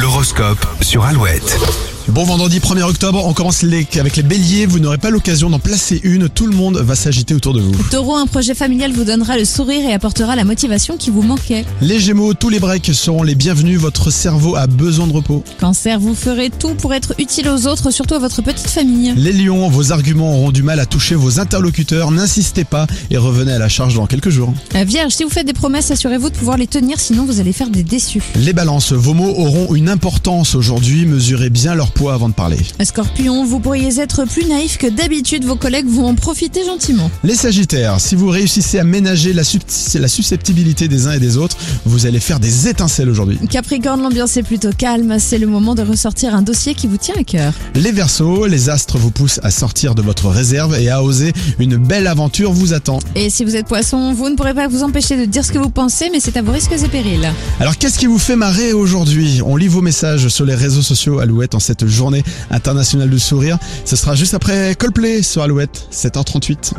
L'horoscope sur Alouette. Bon vendredi 1er octobre, on commence les- avec les béliers, vous n'aurez pas l'occasion d'en placer une, tout le monde va s'agiter autour de vous. Taureau, un projet familial vous donnera le sourire et apportera la motivation qui vous manquait. Les gémeaux, tous les breaks seront les bienvenus, votre cerveau a besoin de repos. Cancer, vous ferez tout pour être utile aux autres, surtout à votre petite famille. Les lions, vos arguments auront du mal à toucher vos interlocuteurs, n'insistez pas et revenez à la charge dans quelques jours. Euh, Vierge, si vous faites des promesses, assurez-vous de pouvoir les tenir, sinon vous allez faire des déçus. Les balances, vos mots auront une importance aujourd'hui, mesurez bien leur poids avant de parler. Euh, Scorpion, vous pourriez être plus naïf que d'habitude, vos collègues vont en profiter gentiment. Les sagittaires, si vous réussissez à ménager la, subti- la susceptibilité des uns et des autres, vous allez faire des étincelles aujourd'hui. Capricorne, l'ambiance est plutôt calme, c'est le moment de ressortir un dossier qui vous tient à cœur. Les Verseaux, les astres vous poussent à sortir de votre réserve et à oser. Une belle aventure vous attend. Et si vous êtes poisson, vous ne pourrez pas vous empêcher de dire ce que vous pensez, mais c'est à vos risques et périls. Alors qu'est-ce qui vous fait marrer aujourd'hui On lit vos messages sur les réseaux sociaux Alouette en cette journée internationale du sourire. Ce sera juste après Coldplay sur Alouette, 7h38.